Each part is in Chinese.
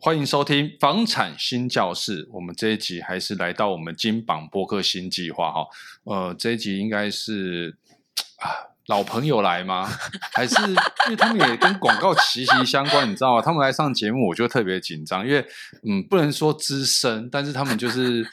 欢迎收听房产新教室。我们这一集还是来到我们金榜播客新计划哈。呃，这一集应该是啊老朋友来吗？ 还是因为他们也跟广告息息相关，你知道吗？他们来上节目，我就特别紧张，因为嗯不能说资深，但是他们就是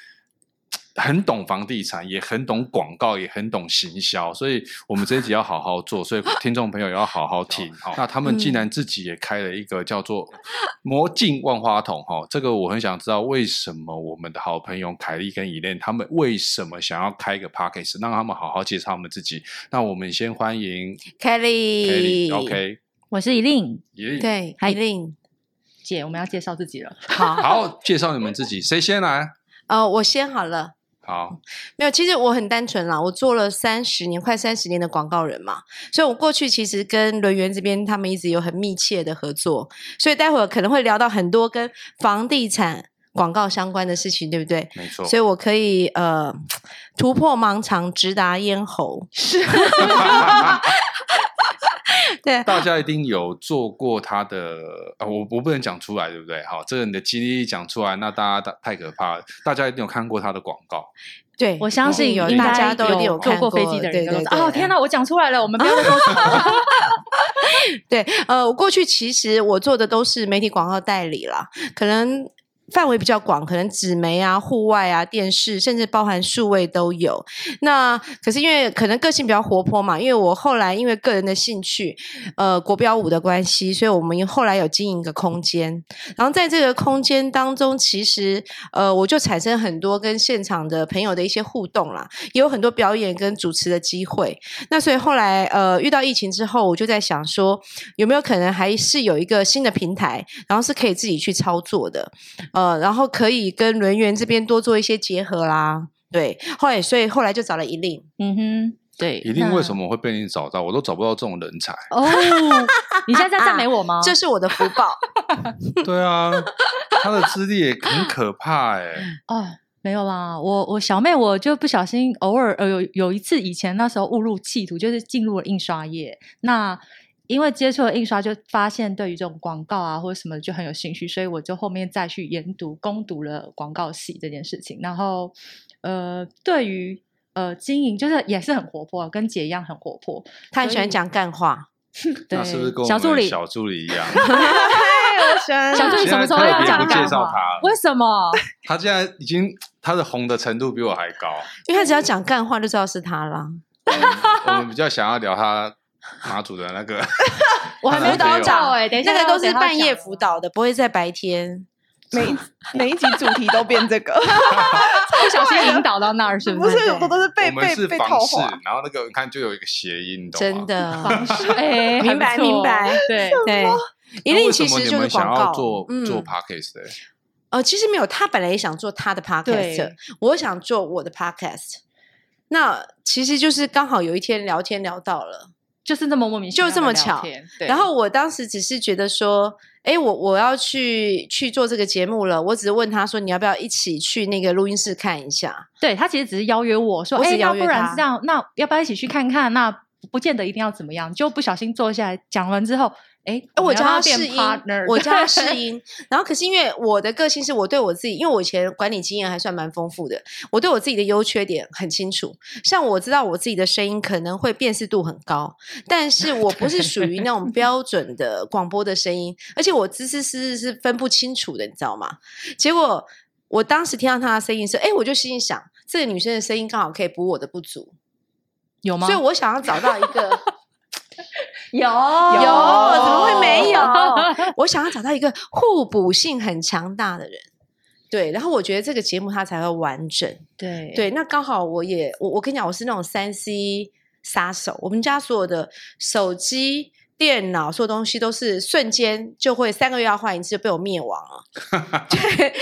很懂房地产，也很懂广告，也很懂行销，所以我们这一集要好好做，所以听众朋友也要好好听。好那啊他嗯们既然自己也开了一个叫做“魔镜万花筒”哈、这个我很想知道为什么我们的好朋友凯莉跟伊莲他们为什么想要开一个 p a c k a g e 让他们好好介绍他们自己。那我们先欢迎 Kelly， Kelly，OK，我是以令伊琳对，嗨一定。姐，我们要介绍自己了。好，好，介绍你们自己，谁先来？呃，我先好了。好，没有，其实我很单纯啦，我做了三十年，快三十年的广告人嘛，所以我过去其实跟轮源这边他们一直有很密切的合作，所以待会儿可能会聊到很多跟房地产广告相关的事情，对不对？没错。所以我可以呃突破盲肠，直达咽喉。是，对，大家一定有做过他的，啊、我我不能讲出来，对不对？好，这个你的经历一讲出来，那大家大太可怕了。大家一定有看过他的广告， 对，我相信有应大该家都一定有坐看过飞机的人对应该都对知对。啊道哦，天哪，我讲出来了，我们不要再说出来了对，呃，我过去其实我做的都是媒体广告代理啦，可能范围比较广，可能纸媒啊、户外啊、电视，甚至包含数位都有。那可是因为可能个性比较活泼嘛，因为我后来因为个人的兴趣，呃，国标舞的关系，所以我们后来有经营一个空间。然后在这个空间当中，其实呃，我就产生很多跟现场的朋友的一些互动啦，也有很多表演跟主持的机会。那所以后来呃，遇到疫情之后，我就在想说，有没有可能还是有一个新的平台，然后是可以自己去操作的，呃，然后可以跟轮源这边多做一些结合啦。对，后来所以后来就找了一令，嗯哼，对，一定那为什？么会被你找到？我都找不到这种人才。哦，你现在在赞美我吗？这是我的福哦报。 对啊，他的资历也很可怕 哎、哦，没有啦，我我小妹我就不小心偶尔呃有有一次以前那时候误入歧途，就是进入了印刷业。那因为接触了印刷，就发现对于这种广告啊或者什么就很有兴趣，所以我就后面再去研读攻读了广告系这件事情。然后呃，对于呃经营就是也是很活泼，跟姐一样很活泼。他很喜欢讲干话，对，那是不是跟我小们助理？小助理一样？ 我喜欢小助理现什么在时候特要别讲不介干绍话他了？为什么？他现在已经他的红的程度比我还 高。因为他只要讲干话就知道是他啦。我们我们比较想要聊他马祖的那 个，我还他没男朋有友到哎、等一下那个都等是一下要半夜讲辅导的，不会在白天。每每一集主题都变这个，不小心啊引导到那 儿，是不是？是我都是被我们被是被房套事话，，然后那个你看就有一个谐音，你懂吗？真 的， 哎，明白还不错明白，对， 对，一那令为什其么实你就们是想广要告，做做嗯 podcast 的欸？呃，其实没有，他本来也想做他的 podcast，对我想做我的 podcast。那其实就是刚好有一天聊天聊到了，就是这么莫名其就妙这地么聊巧天，对然后我当时只是觉得说，哎，我我要去去做这个节目了，我只是问他说，你要不要一起去那个录音室看一下？对他其实只是邀约我说，我只哎，是要邀不约然他这样，那要不要一起去看看？那不见得一定要怎么样，就不小心坐下来讲完之后，哎，哎，我们叫要他变试音 partner，，我叫他试对音。然后可是因为我的个性是我对我自己，因为我以前管理经验还算蛮丰富的，我对我自己的优缺点很清楚。像我知道我自己的声音可能会辨识度很高，但是我不是属于那 种标准的广播的声音，而且我吱吱吱吱是分不清楚的，你知道吗？结果我当时听到她的声音是，哎，我就心里想，这个女生的声音刚好可以补我的不足，有吗？所以我想要找到一个。有有，有，怎怎么会没 有？我想要找到一个互补性很强大的人。对，然后我觉得这个节目它才会完整。对对，那刚好我也我我跟你讲，我是那种三 C 杀手，我们家所有的手机、电脑，所有东西都是瞬间就会三个月要换一次，就被我灭亡了。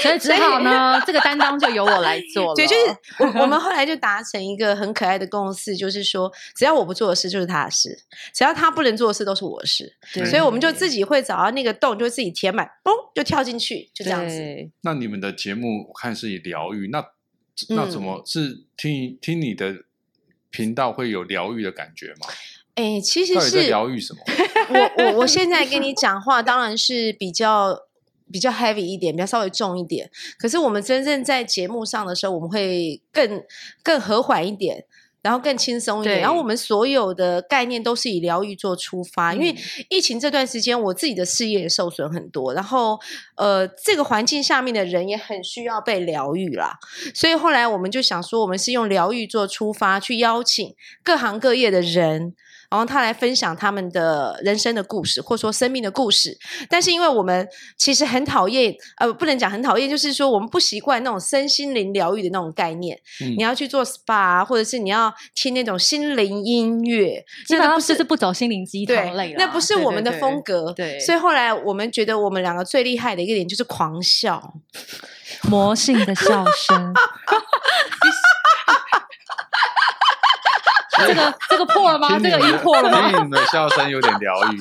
所以只好呢，这个担当就由我来做 了。对，就是我我们后来就达成一个很可爱的共识，就是说，只要我不做的事就是他的事，只要他不能做的事都是我的事，对所以我们就自己会找到那个洞，就会自己填满，嘣就跳进去，就这样子。对那你们的节目我看是以疗愈，那嗯那怎么、是听听你的频道会有疗愈的感觉吗？哎，其实到底在是疗愈什么？ 我我我现在跟你讲话，当然是比较比较 heavy 一点，比较稍微重一点。可是我们真正在节目上的时候，我们会更更和缓一点。然后更轻松一点，对然后我们所有的概念都是以疗愈做出发，因为嗯疫情这段时间，我自己的事业也受损很多，然后呃，这个环境下面的人也很需要被疗愈啦，所以后来我们就想说，我们是用疗愈做出发，去邀请各行各业的人，然后他来分享他们的人生的故事，或说生命的故事。但是因为我们其实很讨厌，呃，不能讲很讨厌，就是说我们不习惯那种身心灵疗愈的那种概念。嗯你要去做 SPA，啊或者是你要听那种心灵音乐，基本那都上不就是是不走心灵鸡对汤类，那啦不是对我对们的对风格。对所以后来我们觉得我们两个最厉害的一个点就是狂笑。魔性的笑声。 这个这个破了吗？听这你个音的破了吗？听你的笑声有点疗愈，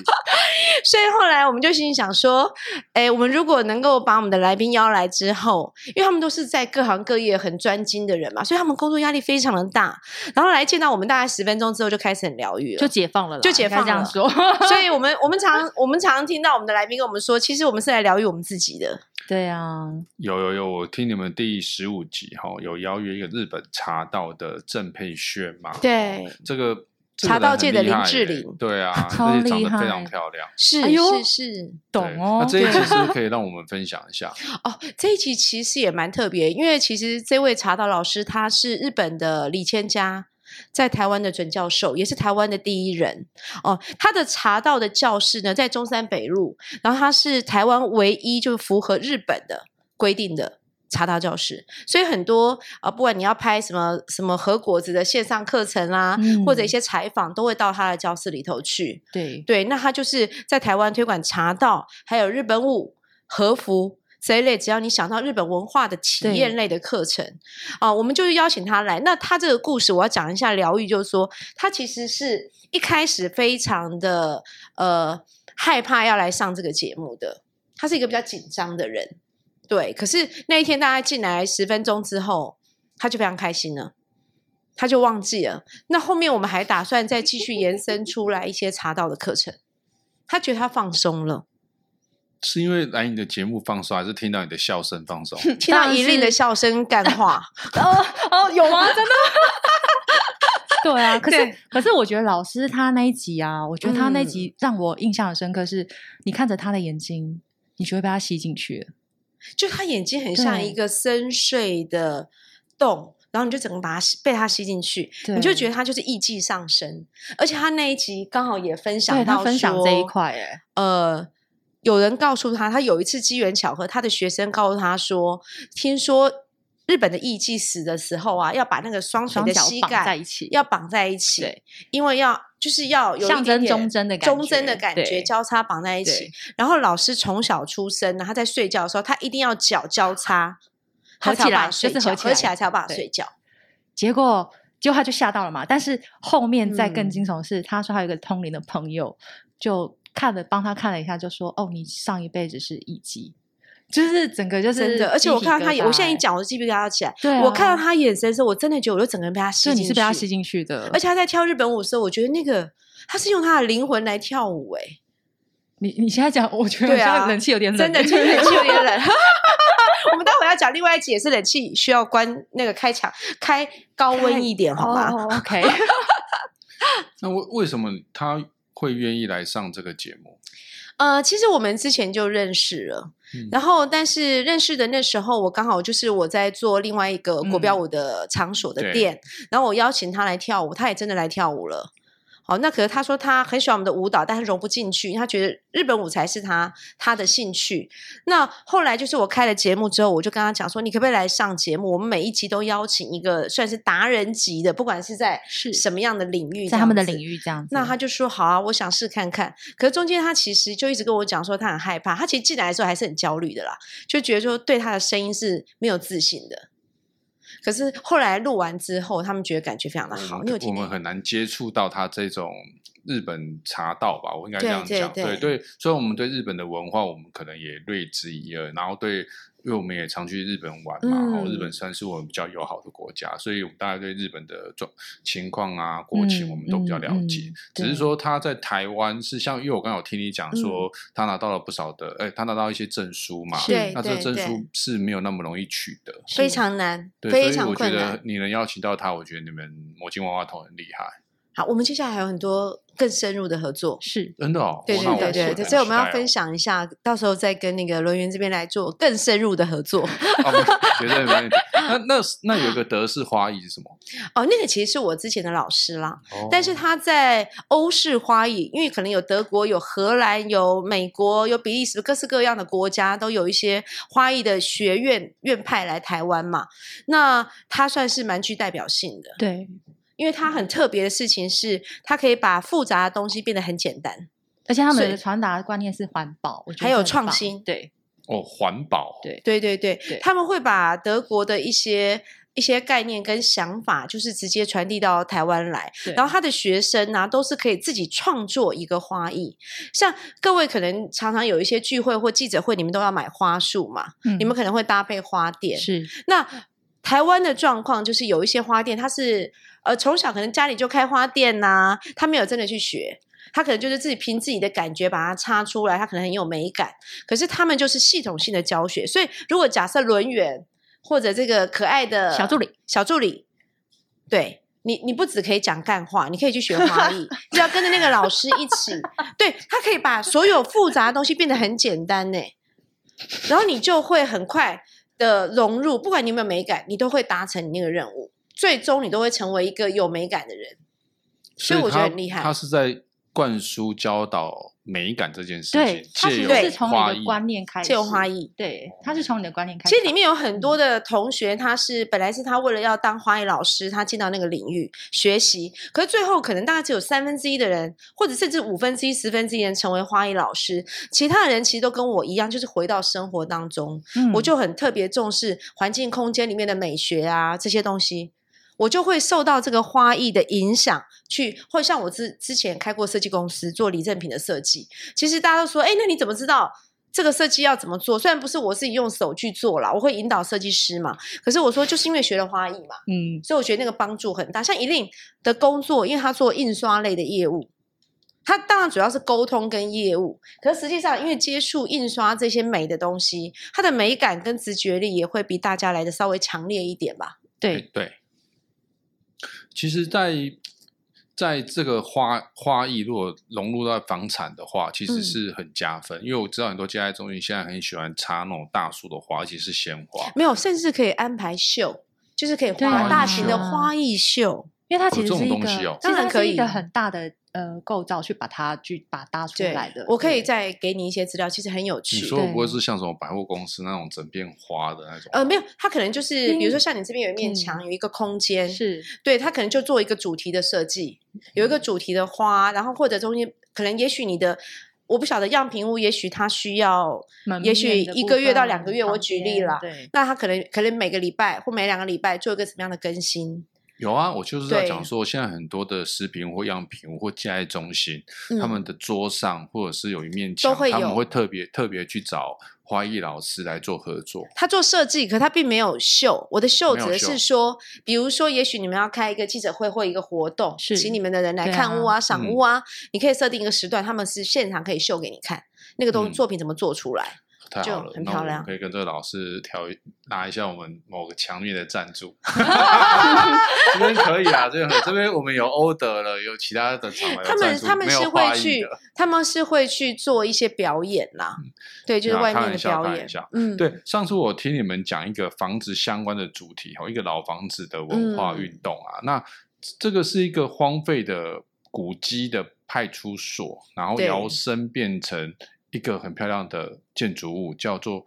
所以后来我们就心里想说，哎，我们如果能够把我们的来宾邀来之后，因为他们都是在各行各业很专精的人嘛，所以他们工作压力非常的大。然后来见到我们大概十分钟之后，就开始很疗愈了，就解放了啦，就解应该放这样了说。 所以我们我们常我们常听到我们的来宾跟我们说，其实我们是来疗愈我们自己的。对啊，有有有，我听你们第十五集哈、有邀约一个日本茶道的郑佩炫嘛，对，这个。这茶个人道很界的厉林害志耶玲对 啊，超而且长厉得非害常漂亮。是、哎呦是是懂对哦那。这一集对是不 是可以让我们分享一下？哦，这一集其实也蛮特别，因为其实这位茶道老师他是日本的李千家。在台湾的准教授，也是台湾的第一人哦。他的茶道的教室呢，在中山北路，然后他是台湾唯一就是符合日本的规定的茶道教室，所以很多啊、呃不管你要拍什么什么和果子的线上课程啦、嗯或者一些采访，都会到他的教室里头去。对，对，那他就是在台湾推广茶道，还有日本舞、和服这一类，只要你想到日本文化的体对验类的课程啊、我们就邀请他来。那他这个故事，我要讲一下疗愈，就是说他其实是一开始非常的呃害怕要来上这个节目的，他是一个比较紧张的人。对，可是那一天大家进来十分钟之后，他就非常开心了，他就忘记了。那后面我们还打算再继续延伸出来一些茶道的课程。他觉得他放松了，是因为来你的节目放松，还是听到你的笑声放 松？听到嗯当然一令的是笑声干话，哦哦，有吗？真的吗？ 对 啊，可对是可是，我觉得老师他那一集啊，我觉得他那一集让我印象很深刻是，你看着他的眼睛，你就会被他吸进去。就他眼睛很像一对个深邃的洞，然后你就整个把它吸被他吸进去，你就对觉得他就是意气上升。而且他那一集刚好也分享对到他分享这一说块，哎，呃，有人告诉他，他有一次机缘巧合，他的学生告诉他说，听说日本的艺妓死的时候啊，要把那个双腿双的脚膝绑在盖一起，要绑在一起对，因为要就是要有一象点征点忠贞的感忠贞的觉感觉，对交叉绑在一起对。然后老师从小出生，然后在睡觉的时候，他一定要脚交叉。合他才起有办来法睡就是觉合起合起来来才有办法对睡觉。结果结果他就吓到了嘛。但是后面再更嗯惊悚的是，他说他有一个通灵的朋友，就看了帮他看了一下，就说：“哦，你上一辈子是艺妓。”就是整个就是真的，而且我鸡皮看到他疙眼，瘩我现在欸一，讲，我鸡皮疙瘩起来。对啊、我看到他眼神的时候，我真的觉得我就整个人被他吸对，进你去。是被他吸进去的，而且他在跳日本舞的时候，我觉得那个他是用他的灵魂来跳舞、欸，你你现在讲，我觉得对我现在啊冷气有点冷，真的就是 冷气有点冷。 我们待会要讲另外一集也是冷气需要关那个开强开高温一点好吗？哦哦，OK，那为为什么他会愿意来上这个节目？呃，其实我们之前就认识了，嗯然后但是认识的那时候，我刚好就是我在做另外一个国标嗯舞的场所的对店，然后我邀请他来跳舞，他也真的来跳舞了。好，那可是他说他很喜欢我们的舞蹈，但他融不进去，因为他觉得日本舞才是他他的兴趣。那后来就是我开了节目之后，我就跟他讲说，你可不可以来上节目？我们每一集都邀请一个算是达人级的，不管是在是什么样的领域， 在他们的域。领域这样子，嗯那他就说好啊，我想试看看。可是中间他其实就一直跟我讲说他很害怕，他其实进来的时候还是很焦虑的啦，就觉得说对他的声音是没有自信的。可是后来录完之后，他们觉得感觉非常的我好，们你有我听？们很难接触到他这种日本茶道吧，我应该这样对对讲。对对对，所以我们对日本的文化，我们可能也略知一二。然后对，因为我们也常去日本玩嘛，然后日嗯本算是我们比较友好的国家，所以我们大家对日本的状情况啊、国情，嗯我们都比较了解。嗯嗯只对是说他在台湾是像，因为我刚刚有听你嗯讲说，他拿到了不少的，哎，他拿到一些证书嘛，是对那这对个证对，书是没有那么容易取得。非常难，对，非所以常我觉困得难。你能邀请到他，我觉得你们魔镜娃娃头很厉害，好，我们接下来还有很多更深入的合作。是真的哦。对哇对那对是对很对，所以我们期要待分哦。享一下，到时候再跟那个轮圆这边来做更深入的合作。哦，绝对没问题。那那那有一个德式花艺是什么？哦，那个其实是我之前的老师啦，哦但是他在欧式花艺，因为可能有德国、有荷兰、有美国、有比利时，各式各样的国家都有一些花艺的学院院派来台湾嘛。那他算是蛮具代表性的，对，因为他很特别的事情是，他可以把复杂的东西变得很简单。而且他所们以的传达观念是环保，我觉得还有很创棒新对哦，环保。对对对对，对他们会把德国的一些。一些概念跟想法，就是直接传递到台湾来，对，然后他的学生呢、啊都是可以自己创作一个花艺。像各位可能常常有一些聚会或记者会，你们都要买花束嘛，你们可可能会搭配花店。嗯是那台湾的状况就是有一些花店，它是呃从小可能家里就开花店呐、他没有真的去学。他可能就是自己凭自己的感觉把它插出来，他可能很有美感。可是他们就是系统性的教学，所以如果假设轮圆或者这个可爱的小助理小助理，对你，你不只可以讲干话，你可以去学花艺，只要跟着那个老师一起，对他可以把所有复杂的东西变得很简单呢，然后你就会很快的融入，不管你有没有美感，你都会达成你那个任务，最终你都会成为一个有美感的人。所以我觉得他很厉害他是在灌输教导美感这件事对情，，他其借实由是从花你艺。的哦观念开始，借由花艺，对，他是从你的观念开始，其实里面有很多的同学，他是本来是他为了要当花艺老师，他进到那个领域学习，可是最后可能大概只有三分之一的人，或者甚至五分之一、十分之一人成为花艺老师，其他的人其实都跟我一样，就是回到生活当中，嗯我就很特别重视环境空间里面的美学啊这些东西。我就会受到这个花艺的影响，去或者像我之之前开过设计公司做礼赠品的设计，其实大家都说，哎，那你怎么知道这个设计要怎么做？虽然不是我自己用手去做啦，我会引导设计师嘛。可是我说，就是因为学了花艺嘛，嗯所以我觉得那个帮助很大。像一令的工作，因为他做印刷类的业务，他当然主要是沟通跟业务，可是实际上因为接触印刷这些美的东西，它的美感跟直觉力也会比大家来的稍微强烈一点哎吧。对对，其实在，在这个花花艺如果融入到房产的话，其实嗯是很加分，因为我知道很多家在中心现在很喜欢插那种大树的花，而且是鲜花。没有，甚至可以安排秀，就是可以对花啊大型的花艺秀花艺秀。因为它有其这实种是一东个，西哦其当实然它可是以一个很大的呃构造去把它去把它搭出对来的。我可以对再给你一些资料，其实很有趣。你说会不会对是像什么百货公司那种整片花的那种？呃，没有，它可能就是，比如说嗯像你这边有一面嗯墙，有一个空间，是对，它可能就做一个主题的设计，有一嗯个主题的花，然后或者中间可能也许你的，我不晓得样品屋，也许它需要，门也许面的一部个月到分两个月，我房举例间啦对，那它可能可能每个礼拜或每两个礼拜做一个什么样的更新，有啊，我就是在对讲说，现在很多的食品或样品或家爱中心，嗯、他们的桌上或者是有一面墙，会他们有会特别特别去找花艺老师来做合作。他做设计，可他并没有秀。我的秀没有指的秀是说，比如说，也许你们要开一个记者会或一个活动，是请你们的人来对啊看屋啊、赏嗯屋啊，你可以设定一个时段，他们是现场可以秀给你看那个东嗯作品怎么做出来。太就好了，很那漂我们亮可以跟这个老师调一拿一下我们某个强烈的赞 助。 这边可以啊，这边可以这边我们有欧德了，有其他的厂牌有他赞们助他们没有是花会艺 去嗯的。，他们是会去做一些表演啦，对，就是啊外开面的玩笑开表玩演笑。嗯，对，上次我听你们讲一个房子相关的主题哦，一个老房子的文化嗯运动啊，那这个是一个荒废的古迹的派出所，然后对摇身变成一个很漂亮的建筑物，叫做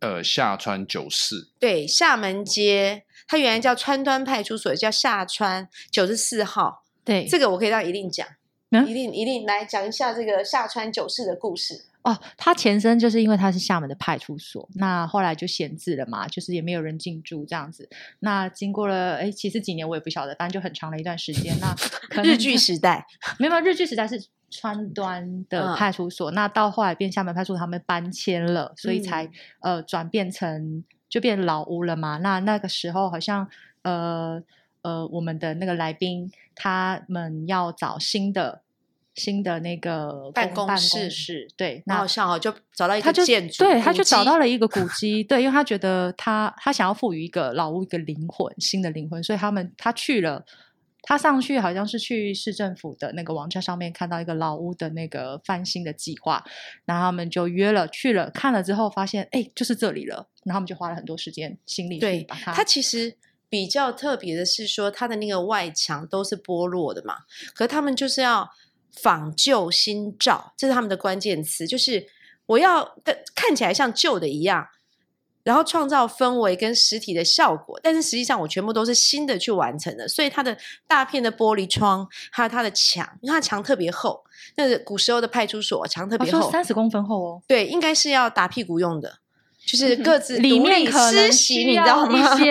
呃下川九世。对，厦门街，它嗯原来叫川端派出所，叫下川九十四号，对这个我可以让一定讲。没嗯一定一定来讲一下这个下川九世的故事。哦，它前身就是因为它是厦门的派出所，那后来就闲置了嘛，就是也没有人进驻这样子。那经过了哎，其实几年我也不晓得，反正就很长的一段时间。那 可能日据时代，没有没有日据时代是川端的嗯派出所，那到后来变厦门派出所，他们搬迁了，所以才、嗯呃转变成就变老屋了嘛。那那个时候好像呃呃我们的那个来宾他们要找新的。新的那个办公公办室室，对，那 那好像哦，就找到一他个就建筑，对，他古就找迹到了一个古迹，对，因为他觉得他他想要赋予一个老屋一个灵魂，新的灵魂，所以他们他去了，他上去好像是去市政府的那个网站上面看到一个老屋的那个翻新的计划，然后他们就约了去了，看了之后发现哎就是这里了，然后他们就花了很多时间心力对去把它其实比较特别的是说，它的那个外墙都是剥落的嘛，可是他们就是要仿旧新照，这是他们的关键词，就是我要但看起来像旧的一样。然后创造氛围跟实体的效果，但是实际上我全部都是新的去完成的，所以它的大片的玻璃窗，还有它的墙，因为它墙特别厚，那个古时候的派出所墙特他别哦说厚，三十公分厚哦，对，应该是要打屁股用的，就是各自嗯里独面立可能施需洗，你知道要吗？ 一些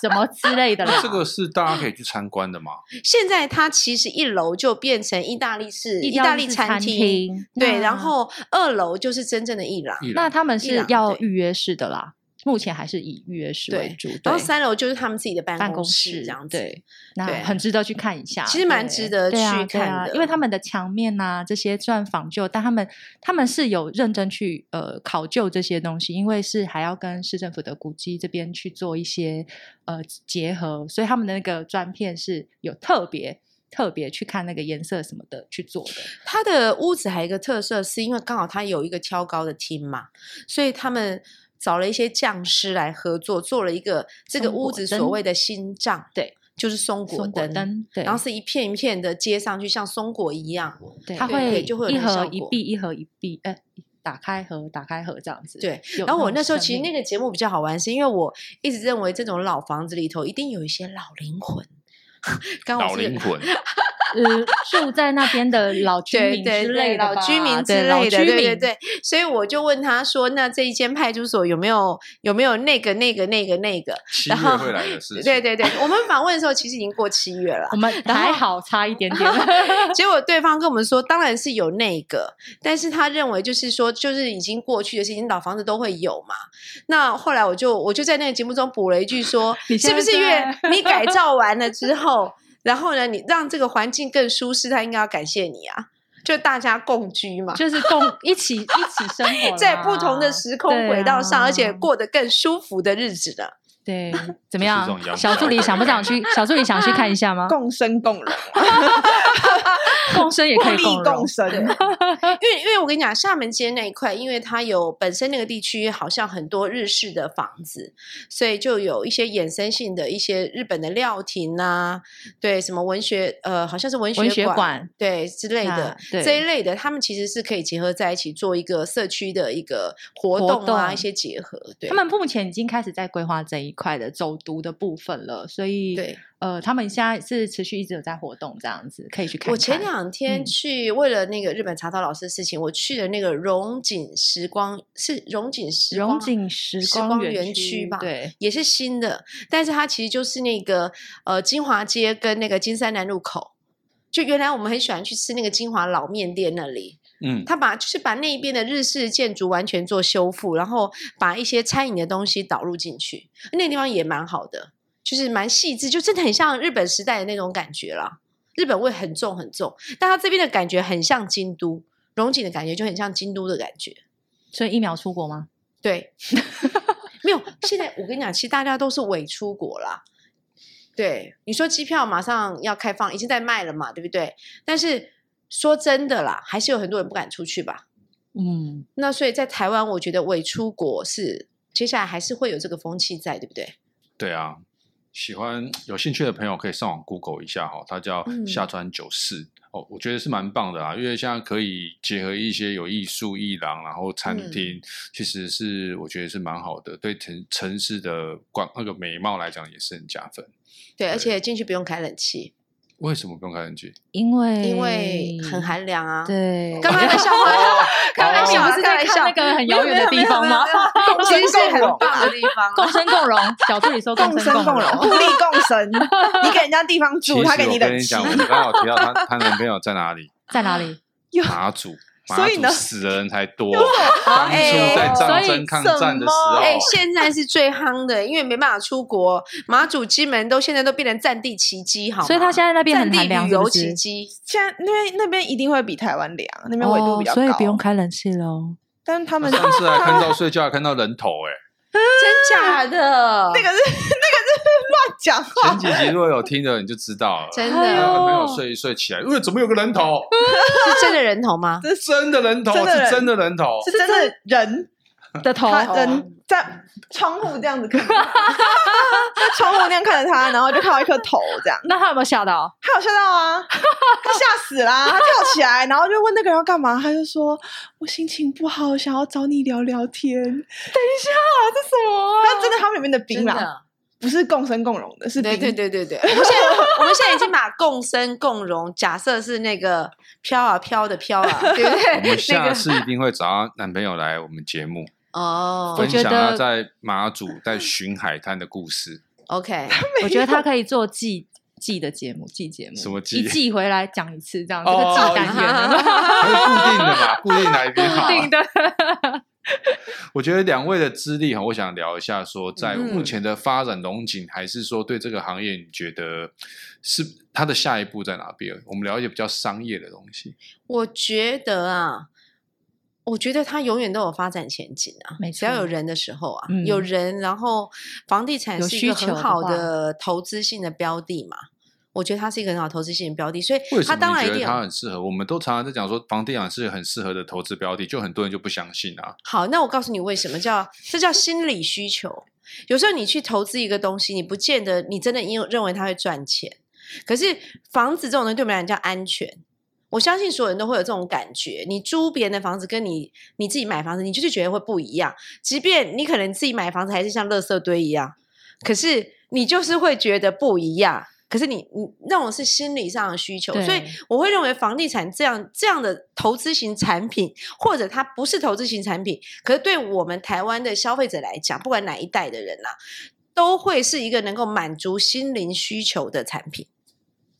什么之类的啦那，这个是大家可以去参观的吗？现在它其实一楼就变成意大利式意大大利利餐厅，厅，嗯对，然那后二楼就是真正的艺廊，一那览他们一是两要对预约式的啦，目前还是以预约式为对主。然后对三楼就是他们自己的办办公公室这样子。对，那对很值得去看一下。其实蛮对值得对啊去对啊看的因为他们的墙面啊这些虽然仿旧，但他们他们是有认真去呃考究这些东西，因为是还要跟市政府的古迹这边去做一些呃结合，所以他们的那个砖片是有特别。特别去看那个颜色什么的去做的，它的屋子还有一个特色，是因为刚好它有一个挑高的厅嘛，所以他们找了一些匠师来合作，做了一个这个松屋果子灯所谓的新帐，对，就是松果松果灯，对，然后是一片一片的接上去，像松果一样。对它对对会就会有一那个效盒一果闭，一盒一闭，哎、打开盒，打开盒这样子。对有种生命，然后我那时候其实那个节目比较好玩，是因为我一直认为这种老房子里头一定有一些老灵魂。 刚好老是灵魂，呃住在那边的老居对民对之对，类的吧，老居民之对老类的，居对对民对。所以我就问他说：“那这一间派出所有没有有没有那个那个那个那个七月然后会来的事？”情。对对对，我们访问的时候其实已经过七月了 我，们然还后好差一点 点。结果对方跟我们说，当然是有那个，但是他认为就是说，就是已经过去的事情，老房子都会有嘛。那后来我就我就在那个节目中补了一句说，你是现不在是因为在你改造完了之 后，然后呢，你让这个环境更舒适，他应该要感谢你啊，就大家共居嘛。就是共一起一起生活啦，在不同的时空对轨道上，啊而且过得更舒服的日子呢。 对这怎么是一种样？阳小助理光想不想去？小助理想去看一下吗？共生共荣啊，共生也互可以利共荣共，生。因为因为我跟你讲，厦门街那一块，因为它有本身那个地区好像很多日式的房子，所以就有一些衍生性的一些日本的料亭啊，对，什么文学呃，好像是文学文学馆馆对之类的啊，对这一类的，他们其实是可以结合在一起做一个社区的一个活活动啊，动一些结合，对他们目前已经开始在规划这一块的走读的部分了，所以对。呃，他们现在是持续一直有在活动，这样子可以去看看。我前两天嗯去，为了那个日本茶道老师的事情，我去了那个荣景时光，是荣景时光荣景时时光光园园区区吧对，也是新的，但是它其实就是那个呃金华街跟那个金山南路口。就原来我们很喜欢去吃那个金华老面店那里，嗯，他把就是把那一边的日式建筑完全做修复，然后把一些餐饮的东西导入进去，那个地方也蛮好的，就是蛮细致，就真的很像日本时代的那种感觉啦。日本味很重很重，但它这边的感觉很像京都，荣景的感觉就很像京都的感觉。所以疫苗出国吗？对， 没有。现在我跟你讲，其实大家都是伪出国啦。对，你说机票马上要开放，已经在卖了嘛，对不对？但是说真的啦，还是有很多人不敢出去吧。嗯，那所以在台湾，我觉得伪出国是接下来还是会有这个风气在，对不对？对啊，喜欢有兴趣的朋友可以上网 Google 一下哈，它叫嗯下川九世、哦，我觉得是蛮棒的啦，因为现在可以结合一些有艺术、艺廊，然后餐厅，其实是我觉得是蛮好的，对城城市的光那个美貌来讲也是很加分。对，而对且进去不用开冷气，为什么不用开冷气？因为因为很寒凉啊。对，哦刚 开玩笑话，开玩你笑，不开是在玩看笑那，个很遥远的地方吗？ 共其生实是共很荣，棒的地方啊。共生共荣，小助理说共生生共荣，互利共 生。你给人家地方其住，实他给我冷跟你气讲，，我们刚刚有提到她她男朋友在哪里，在哪里？有马祖，马所以祖呢死的人才多。当初哎在所战以争抗什战的时么候，哎、现在是最夯的，因为没办法出国，马祖金门都现在都变成战地奇迹，好吗，所以他现在那边战很地寒凉，旅是不游是奇迹，现在因为那边一定会比台湾凉，那边纬度比较高，哦，所以不用。开冷气喽。但是他我们上次还看到睡觉还看到人头哎、真假 的？那个是 那个是乱讲话前，几集如果有听的你就知道了。真哎她呦的、哦男朋友睡一睡起来，因为怎么有个人头？是真的人头吗？是真的人头，真的人是真的人头。是真的人 的头他人在窗户这样子看着他， 在窗户那样看着他，然后就看到一颗头这样，那他有没有吓到？他有吓到啊，他吓死啦，他跳起来，然后就问那个人要干嘛，他就说我心情不好，想要找你聊聊天。等一下，这什么、啊？ 但真的，他们里面的槟真榔的，不是共生共荣的，是槟对对对对对，我们现在我们现在已经把共生共荣，假设是那个飘啊飘的飘啊，对不我对？ 们下那个次一定会找她男朋友来我们节目，哦分享我觉她得在马祖在巡海滩的故事。 ，OK， 我觉得他可以做季季的节目，季节目什么季一季回来讲一次，这样这哦个季单元 还是固定的嘛，固定来宾好 固定的。我觉得两位的资历哈，我想聊一下，说在嗯目前的发展龙景，还是说对这个行业，你觉得是它的下一步在哪边？我们聊一些比较商业的东西。 我觉得啊，我觉得它永远都有发展前景啊没。只要有错人的时候啊，嗯有人，然后房地产有是一需个求很的好话的投资性的标的嘛。我觉得它是一个很好投资性的标的，所以为什它当么然你一觉得定它有很适合？我们都常常在讲说，房地产是很适合的投资标的，就很多人就不相信啊。好。那我告诉你为什么叫这叫心理需求。有时候你去投资一个东西，你不见得你真的因为认为它会赚钱，可是房子这种东西对我们来讲叫安全。我相信所有人都会有这种感觉，你租别人的房子跟你你自己买房子，你就是觉得会不一样。即便你可能自己买房子还是像垃圾堆一样，可是你就是会觉得不一样。可是你你那种是心理上的需求，对所以我会认为房地产这样这样的投资型产品，或者它不是投资型产品，可是对我们台湾的消费者来讲，不管哪一代的人啦、啊都会是一个能够满足心灵需求的产品。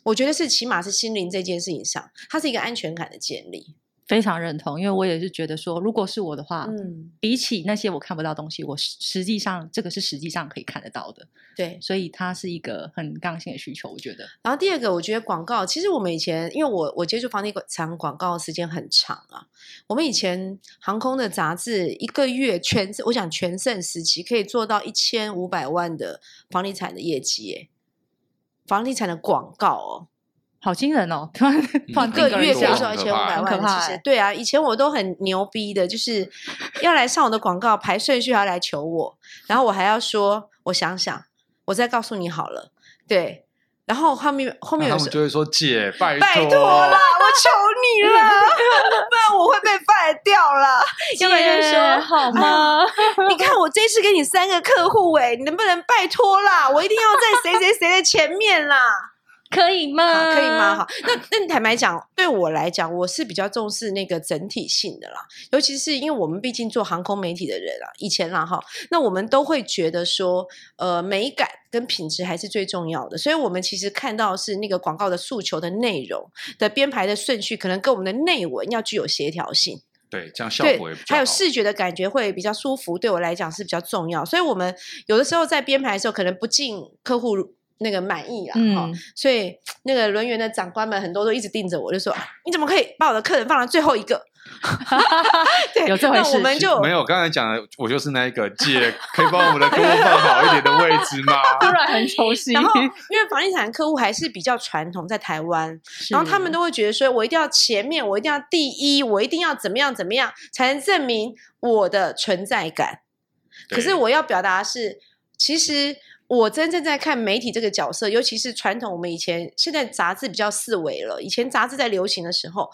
我觉得是起码是心灵这件事情上，它是一个安全感的建立。非常认同，因为我也是觉得说，如果是我的话，嗯，比起那些我看不到东西，我实实际上这个是实际上可以看得到的，对。所以它是一个很刚性的需求，我觉得。然后第二个，我觉得广告，其实我们以前，因为我我接触房地产广告的时间很长啊，我们以前航空的杂志一个月全，我想全盛时期可以做到一千五百万的房地产的业绩耶，房地产的广告哦，好惊人哦！突然 突然一一个个月月可可以以赚赚一一千五百1500万很万，可怕其实欸对啊，以前我都很牛逼的，就是要来上我的广告排顺序，还要来求我，然后我还要说，我想想，我再告诉你好了，对，然后后面后那面他有们时就会说：“姐，拜拜托托啦，我求你啦，不然我会被卖掉啦。要不然就姐说好吗？你看我这次给你三个客户、欸，你能不能拜托啦？我一定要在谁谁谁的前面啦。 可以吗？好，可以嗯吗？好，那那坦白讲，对我来讲，我是比较重视那个整体性的啦，尤其是因为我们毕竟做航空媒体的人啊，以前啦哈，那我们都会觉得说，呃，美感跟品质还是最重要的，所以我们其实看到是那个广告的诉求的内容的编排的顺序，可能跟我们的内文要具有协调性。对，这样效对果也比，较还好有视觉的感觉会比较舒服，对我来讲是比较重要。所以我们有的时候在编排的时候，可能不尽客户那个满意啦，哈、嗯所以那个轮圆的长官们很多都一直盯着我，就说你怎么可以把我的客人放到最后一个？ 对，有这回那我事们是就没有，刚才讲的，我就是那一个姐，可以帮我们的客户放好一点的位置吗？突然很熟悉，然后，因为房地产客户还是比较传统，在台湾，然后他们都会觉得说，我一定要前面，我一定要第一，我一定要怎么样怎么样，才能证明我的存在感。 可是对我要表达的是，其实我真正在看媒体这个角色，尤其是传统，我们以前现在杂志比较四维了，以前杂志在流行的时候。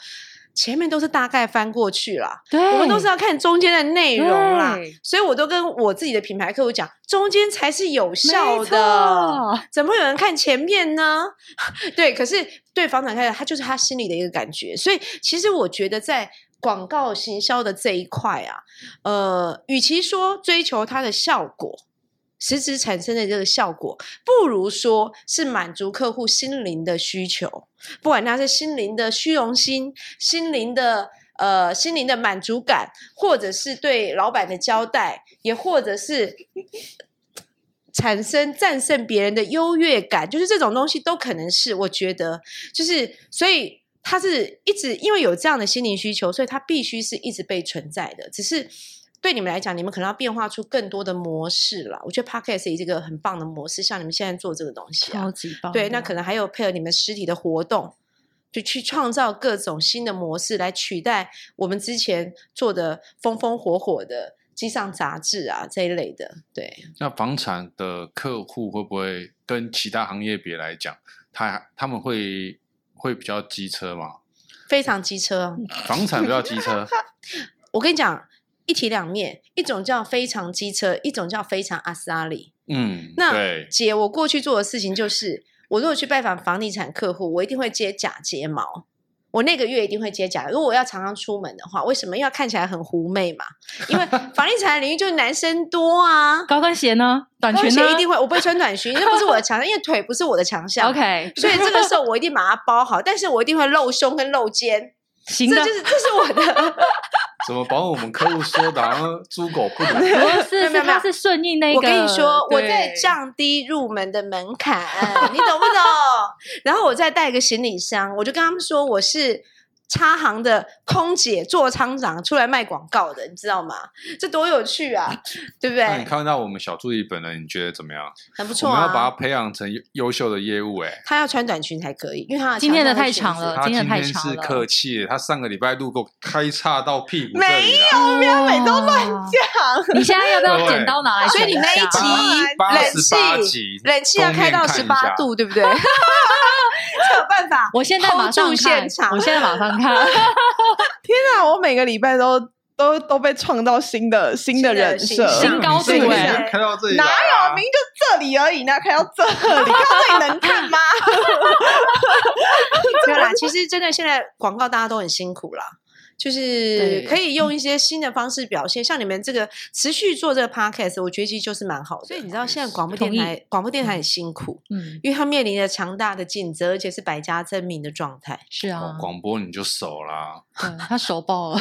前面都是大概翻过去啦，对，我们都是要看中间的内容啦对。所以我都跟我自己的品牌客户讲，中间才是有效没的。错，怎么会有人看前面呢？ 对，可是对房产开发，他就是他心里的一个感觉。所以其实我觉得在广告行销的这一块啊，呃，与其说追求它的效果。实质产生的这个效果，不如说是满足客户心灵的需求，不管他是心灵的虚荣心、心灵的呃心灵的满足感，或者是对老板的交代，也或者是产生战胜别人的优越感，就是这种东西都可能是我觉得，就是所以他是一直因为有这样的心灵需求，所以它必须是一直被存在的，只是。对你们来讲，你们可能要变化出更多的模式啦。我觉得 podcast 也是一个很棒的模式，像你们现在做这个东西、啊，超级棒的。对，那可能还有配合你们实体的活动，就去创造各种新的模式来取代我们之前做的风风火火的机上杂志啊这一类的。对，那房产的客户会不会跟其他行业比来讲，他他们会会比较机车嘛？非常机车哦。房产比较机车， 我跟你讲，一体两面，一种叫非常机车，一种叫非常阿斯拉里。嗯，那对，姐，我过去做的事情就是，我如果去拜访房地产客户，我一定会接假睫毛。我那个月一定会接假睫毛。如果我要常常出门的话，为什么要看起来很狐媚嘛？因为房地产领域就是男生多啊，高跟鞋呢？ 短裙而呢且一定会，我不会穿短 裙，那不是我的强项，因为腿不是我的强项。 ？OK，所以这个时候我一定把它包好，但是我一定会露胸跟露肩，行这的就，是这是我的。怎么把我们客户说的好像猪狗 不理？不没有是没有是没有它是顺应那个。我跟你说，我在对降低入门的门槛，你懂不 懂？然后我再带一个行李箱，我就跟他们说我是。插行的空姐做仓长出来卖广告的，你知道吗？这多有趣啊，对不那你对？看到我们小助理本人，你觉得怎么样？很不我错们要把啊他。培养成优优秀的业务、欸，哎。他要穿短裙才可以，因为他今天的太强项长是裙子了他今天太天长是了客气，他上个礼拜路过开叉到屁股这没里了。不要每都乱讲。你现在要不要剪刀拿来所以剪你下？那一集八冷十八气集，冷气要开到封十面看一八下度，对不对？才有办法。我现在马 hold 住上现，看场我现在马上 看。天哪，啊我每个礼拜都都都被创造新的新的人新设哎的，新高度你这个已欸经开到这里哪来啊有？明明就这里而已，那看到这里，看到这里能看吗？ 没有啦，啊其实真的现在广告大家都很辛苦啦，就是对可以用一些新的方式表现。像你们这个持续做这个 podcast，我觉得其实就是蛮好的。所以你知道现在广播电同意台，广播电台很辛苦，嗯，因为它面临着强大的竞争，而且是百家争鸣的状态。是哦啊，广播你就熟啦，对他手爆了。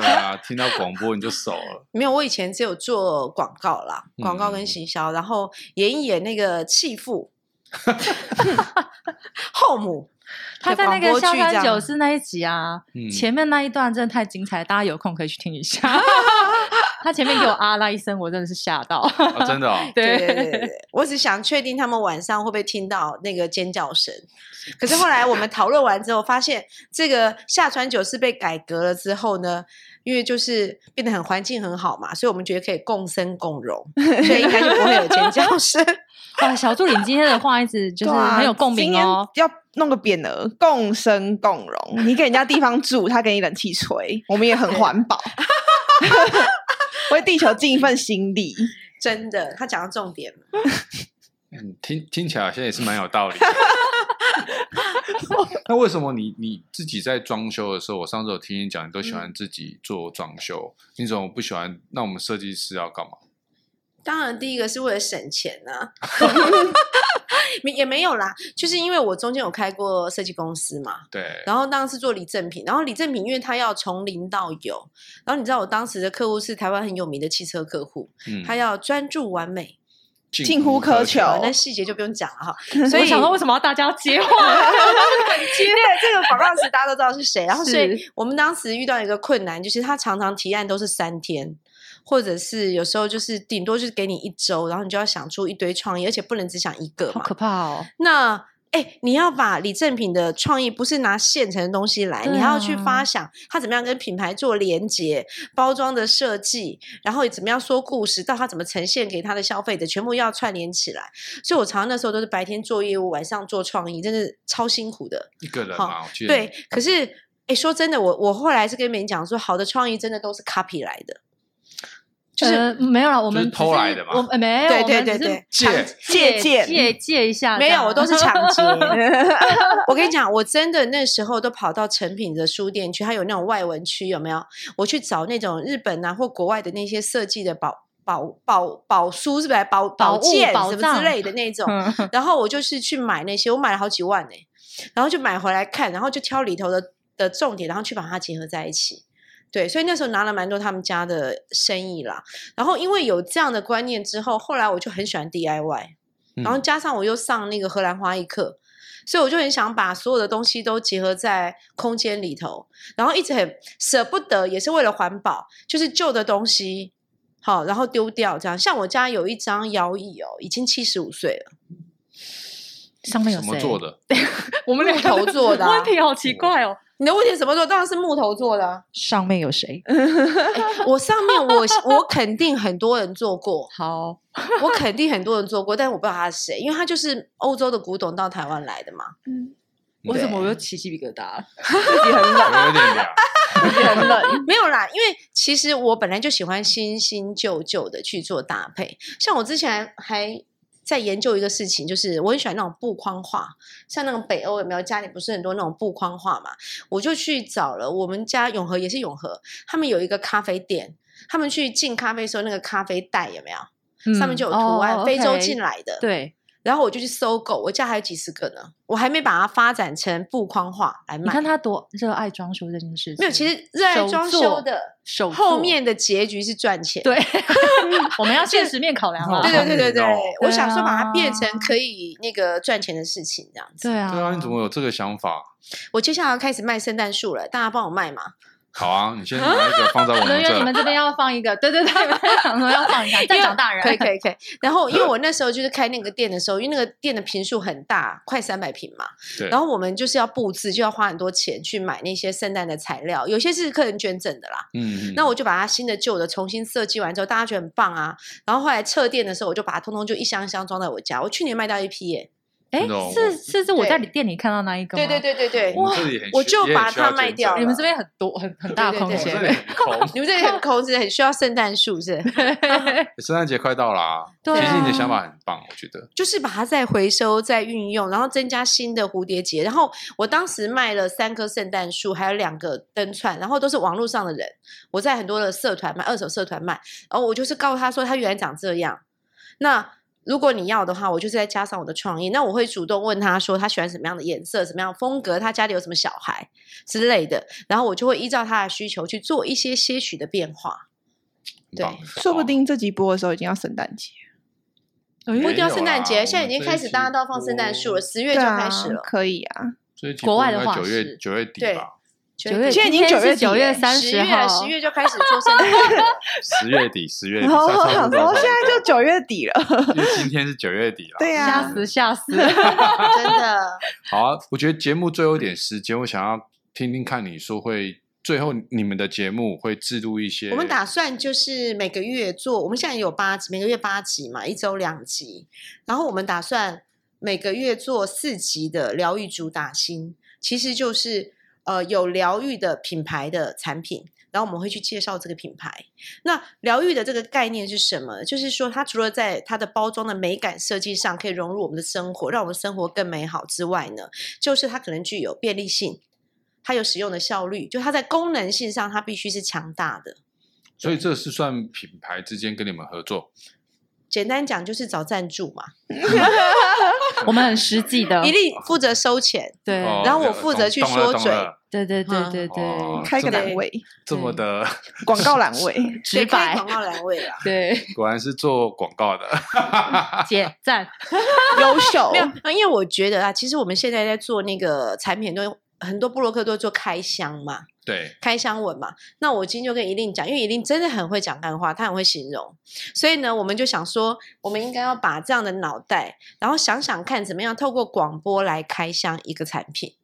对啊，听到广播你就熟了。没有，我以前只有做广告啦，广告跟嗯行销，然后演一演那个弃妇 后母。 他在那广个播下剧这山样九四那一集啊，嗯前面那一段真的太精彩，大家有空可以去听一下。 他前面给我啊啦一声，我真的是吓 到。啊，真的哦，对对对对，对，我只想确定他们晚上会不会听到那个尖叫声。可是后来我们讨论完之后，发现这个下川九是被改革了之后呢，因为就是变得很环境很好嘛，所以我们觉得可以共生共荣， 所以应该就不会有尖叫声。哇，小助理你今天的话一直就是很有共鸣哦。啊对啊。今天要弄个匾额，共生共荣。你给人家地方住，他给你冷气吹，我们也很环保，为地球尽一份心力。真的，他讲到重点了。嗯，听听起来好像也是蛮有道理的。那为什么你你自己在装修的时候，我上次有听你讲，你都喜欢自己做装修，你怎么不喜欢？那我们设计师要干嘛？当然，第一个是为了省钱 啊，没也没有啦，就是因为我中间有开过设计公司嘛，对，然后当时做李正平，然后李正平因为他要从零到有，然后你知道我当时的客户是台湾很有名的汽车客户，嗯他要专注完美，近乎苛求啊哦那细节就不用讲了哈。所所以以 我想说，为什么要大家要接话？对这个广告词大家都知道是谁，然后所以是我们当时遇到一个困难，就是他常常提案都是三天。或者是有时候就是顶多就是给你一周，然后你就要想出一堆创意，而且不能只想一个好嘛可。怕哦！那哎、诶你要把李正品的创意不是拿现成的东西来，对你还要去啊发想他怎么样跟品牌做连接、包装的设计，然后怎么样说故事，到他怎么呈现给他的消费者，全部要串联起来。所以我常常那时候都是白天做业务，晚上做创意，真的超辛苦的。一个人好嘛，我记得对，可是。哎，说真的，我我后来是跟别人讲说，好的创意真的都是 copy 来的，就是、呃没有了，我就是们只偷是来的嘛我们没有，对我对对们只是对借尝借借鉴借借一下这没样，有，我都是 抢劫。我跟你讲，我真的那时候都跑到成品的书店去，它有那种外文区，有没有？我去找那种日本啊或国外的那些设计的宝宝宝宝书，是不是？宝宝宝物剑宝什么藏之类的那种。 然后我就是去买那些，我买了好几万呢、然后就买回来看，然后就挑里头的的重点，然后去把它结合在一起。对，所以那时候拿了蛮多他们家的生意啦。然后因为有这样的观念之后，后来我就很喜欢 DIY，嗯然后加上我又上那个荷兰花艺课，所以我就很想把所有的东西都结合在空间里头，然后一直很舍不得，也是为了环保，就是旧的东西好，然后丢掉这样。像我家有一张摇椅哦，已经七十五岁了。上面有什么谁做？的？ 我们两个木头做的啊问题好奇怪哦。。你的问题是什么做？当然是木头做的、啊上面有谁？哎我上面我我肯定很多人做过， 好，我肯定很多人做过，但我不知道他是谁，因为他就是欧洲的古董到台湾来的嘛。嗯，为什对么哎我又起鸡皮疙瘩了？自己很冷，我有点凉。自己很冷。没有啦，因为其实我本来就喜欢新新旧旧的去做搭配。像我之前还在研究一个事情，就是我很喜欢那种布框画，像那种北欧有没有家里不是很多那种布框画嘛？我就去找了我们家永和也是永和，他们有一个咖啡店，他们去进咖啡的时候那个咖啡袋有没有？上面就有图案，非洲进来。来的。嗯哦对，然后我就去搜狗，我家还有几十个呢，我还没把它发展成布框画来你卖看。他多热爱装修这件事情。没有，其实热爱手装作修的手后作面的结局是赚钱。 对， 我们要现实面考量啊了。对对对对对哦，我想说把它变成对啊可以那个赚钱的事情，这样子。对啊，对啊，你怎么有这个想法？我接下来要开始卖圣诞树了，大家帮我卖嘛。好啊，你先拿一个放在 我所们以你们这。这边要放一个，对对对，想说要放一下，再长大人可以可以可以。然后因为我那时候就是开那个店的时候，因为那个店的平数很大，快三百平嘛。对，然后我们就是要布置，就要花很多钱去买那些圣诞的材料，有些是客人捐赠的啦。嗯，嗯那我就把它新的旧的重新设计完之后，大家觉得很棒啊。然后后来撤店的时候，我就把它通通就一箱一箱装在我家。我去年卖掉一批耶、哎真的哦，是是是，我对在你店里看到那一个吗，对对对对对，我们哎这里很需我就也很把需要它卖见掉证你们这边很多很很大的对空对我哦对这间里，很空， 你们这里很空是不是很需要圣诞树是不是？ 圣诞节快到啦、对其实你的啊想法很棒，我觉得。就是把它再回收、再运用，然后增加新的蝴蝶结。然后我当时卖了三棵圣诞树，还有两个灯串，然后都是网络上的人，我在很多的社团卖，二手社团卖。然后我就是告诉他说，他原来长这样。那如果你要的话，我就是再加上我的创意。那我会主动问他说，他喜欢什么样的颜色、什么样的风格，他家里有什么小孩之类的。然后我就会依照他的需求去做一些些许的变化。很对棒说不定这集播的时候已经要圣诞节，嗯哦没有不啦一定要圣诞节，我现在已们经这开一始集大家都要放圣诞树播，了，十月对就啊开始了，。可以啊，这一集国播外应的该话九月是九月底对吧，九九月现在已经今天9月是底了九月三十月号，十月就开始做圣诞 节了，十月底十 月底。然后差哦我差想不多说，差现不在就多九月底了，因为今天是九月底了。对啊吓呀，死吓死，真的。好啊，我觉得节目最后一点时间，我想要听听看你说会最后你们的节目会制度一些，我们打算就是每个月做，我们现在有八集，每个月八集嘛，一周两集。然后我们打算每个月做四集的疗愈主打新，其实就是呃有疗愈的品牌的产品，然后我们会去介绍这个品牌。那疗愈的这个概念是什么？就是说，它除了在它的包装的美感设计上可以融入我们的生活，让我们生活更美好之外呢，就是它可能具有便利性。它有使用的效率，就它在功能性上，它必须是强大的。所以这是算品牌之间跟你们合作，简单讲就是找赞助嘛，我们很实际的一，力负责收钱，对哦嗯然后我懂负责去懂了说懂嘴了对对对嗯对哦对开个这么栏位，这么的，广告栏位，直对开白。广告栏位 啦对，果然是做广告的。 姐赞，优秀没，有，啊因为我觉得啊，其实我们现在在做那个产品都，很多布洛克都做开箱嘛，对，开箱文嘛。那我今天就跟一令讲，因为一令真的很会讲干话，他很会形容，所以呢，我们就想说，我们应该要把这样的脑袋，然后想想看怎么样透过广播来开箱一个产品，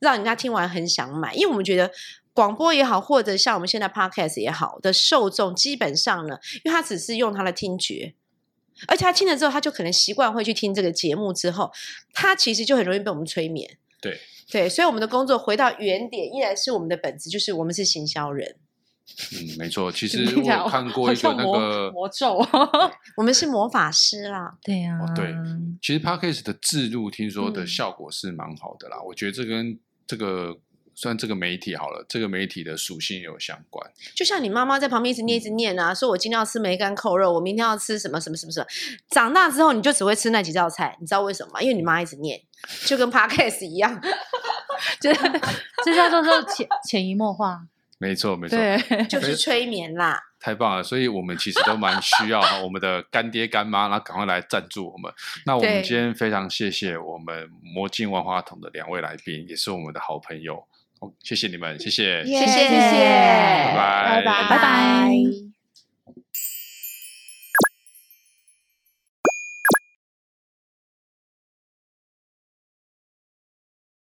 让人家听完很想买，因为我们觉得。广播也好，或者像我们现在 podcast 也好的受众，基本上呢，因为他只是用他的听觉，而且他听了之后，他就可能习惯会去听这个节目，之后他其实就很容易被我们催眠。对，对，所以我们的工作回到原点，依然是我们的本质，就是我们是行销人，嗯，没错。其实听我起来有看过好一个像那魔个，魔咒，我们是魔法师啦。对呀、哦对其实 podcast 的制度听说嗯的效果是蛮好的啦。我觉得这跟这个算这个媒体好了，这个媒体的属性也有相关。就像你妈妈在旁边一直念一直念啊，说我今天要吃梅干扣肉，我明天要吃什么什么什么什么。长大之后你就只会吃那几道菜，你知道为什么吗？因为你妈一直念，就跟 podcast 一样。就是 这叫做做潜潜移默化，没错，没错，对，就是催眠啦。太棒了！所以我们其实都蛮需要我们的干爹干妈，然后赶快来赞助我们。那我对们今天非常谢谢我们魔镜万花筒的两位来宾，也是我们的好朋友。哦谢谢你们，谢谢。谢谢谢